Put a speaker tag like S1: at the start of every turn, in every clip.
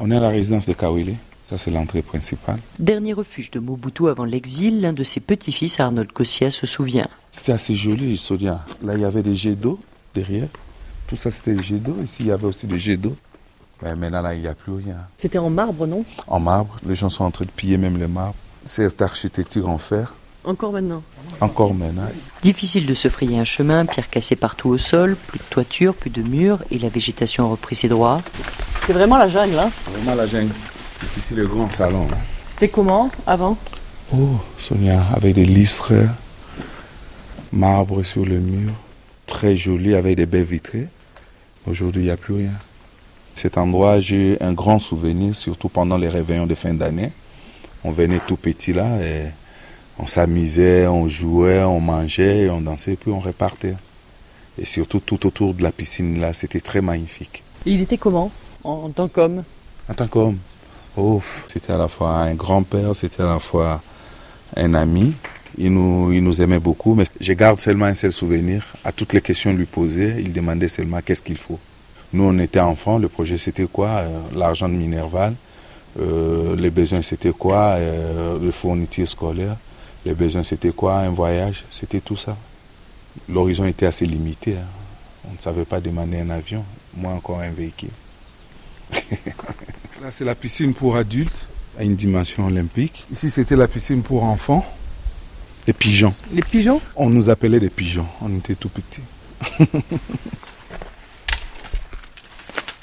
S1: On est à la résidence de Kawili. Ça, c'est l'entrée principale.
S2: Dernier refuge de Mobutu avant l'exil, l'un de ses petits-fils, Arnold Kossia, se souvient.
S1: C'était assez joli, je souviens. Là, il y avait des jets d'eau derrière. Tout ça, c'était des jets d'eau. Ici, il y avait aussi des jets d'eau. Mais maintenant, là, il n'y a plus rien.
S3: C'était en marbre, non
S1: En marbre. Les gens sont en train de piller même le marbre. Cette architecture en fer.
S3: Encore maintenant
S1: Encore maintenant.
S2: Difficile de se frayer un chemin, pierres cassées partout au sol, plus de toiture, plus de murs, et la végétation a repris ses droits.
S3: C'est vraiment la jungle, hein
S1: Vraiment la jungle. C'est ici le grand salon. là.
S3: C'était comment, avant
S1: Oh, Sonia, avec des listres, marbre sur le mur, très joli, avec des baies vitrées. Aujourd'hui, il n'y a plus rien. Cet endroit, j'ai un grand souvenir, surtout pendant les réveillons de fin d'année. On venait tout petit là et on s'amusait, on jouait, on mangeait, on dansait, puis on repartait. Et surtout tout autour de la piscine là, c'était très magnifique.
S3: Il était comment, en tant qu'homme
S1: En tant qu'homme, oh, c'était à la fois un grand-père, c'était à la fois un ami. Il nous, il nous aimait beaucoup, mais je garde seulement un seul souvenir. À toutes les questions qu'il lui posait, il demandait seulement qu'est-ce qu'il faut. Nous, on était enfants, le projet c'était quoi Euh, L'argent de Minerval, euh, les besoins c'était quoi Euh, Le fourniture scolaire, les besoins c'était quoi Un voyage, c'était tout ça. L'horizon était assez limité. hein. On ne savait pas demander un avion, moi encore un véhicule. Là, c'est la piscine pour adultes à une dimension olympique. Ici, c'était la piscine pour enfants. Les pigeons.
S3: Les pigeons
S1: On nous appelait des pigeons. On était tout petits.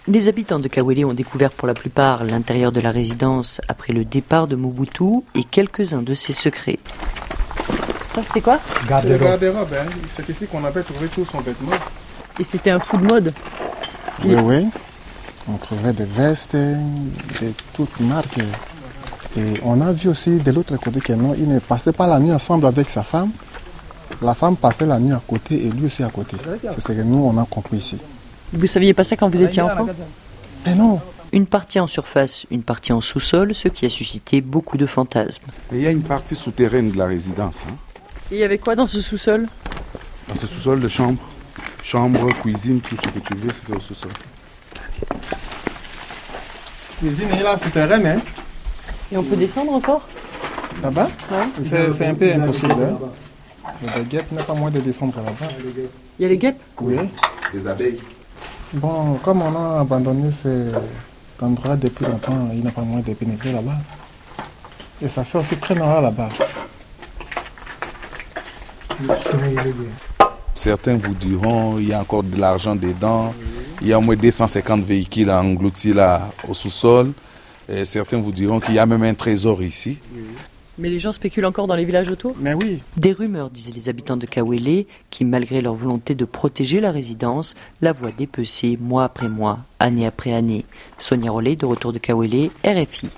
S2: Les habitants de Kawele ont découvert pour la plupart l'intérieur de la résidence après le départ de Mobutu et quelques-uns de ses secrets.
S3: Ça, c'était quoi
S4: Garde robe.
S1: garde-robe. C'est ici qu'on avait trouvé tout son vêtement.
S3: Et c'était un fou de mode.
S4: Oui, oui. On trouvait des vestes de toutes marques. Et on a vu aussi de l'autre côté que non, il ne passait pas la nuit ensemble avec sa femme. La femme passait la nuit à côté et lui aussi à côté. C'est ce que nous, on a compris ici.
S3: Vous saviez pas ça quand vous étiez enfant
S4: Mais non,
S2: Une partie en surface, une partie en sous-sol, ce qui a suscité beaucoup de fantasmes.
S1: Et il y a une partie souterraine de la résidence. hein.
S3: Et il y avait quoi dans ce sous-sol
S1: Dans ce sous-sol de chambre. Chambre, cuisine, tout ce que tu veux, c'était au sous-sol.
S4: cuisine est là souterraine, hein,
S3: Et on peut descendre encore
S4: là-bas. C'est c'est un peu impossible. hein. Le guêpe n'a pas moins de descendre là-bas.
S3: Il y a les guêpes
S4: Oui.
S1: Les abeilles.
S4: Bon, comme on a abandonné cet endroit depuis longtemps, il n'a pas moyen de pénétrer là-bas. Et ça fait aussi très noir là-bas.
S1: Certains vous diront, il y a encore de l'argent dedans. Il y a au moins 250 véhicules engloutis là au sous-sol. Et certains vous diront qu'il y a même un trésor ici.
S3: Mais les gens spéculent encore dans les villages autour
S4: Mais oui,
S2: Des rumeurs, disaient les habitants de Kawele, qui, malgré leur volonté de protéger la résidence, la voient dépecée mois après mois, année après année. Sonia Rollet, de retour de Kawele, RFI.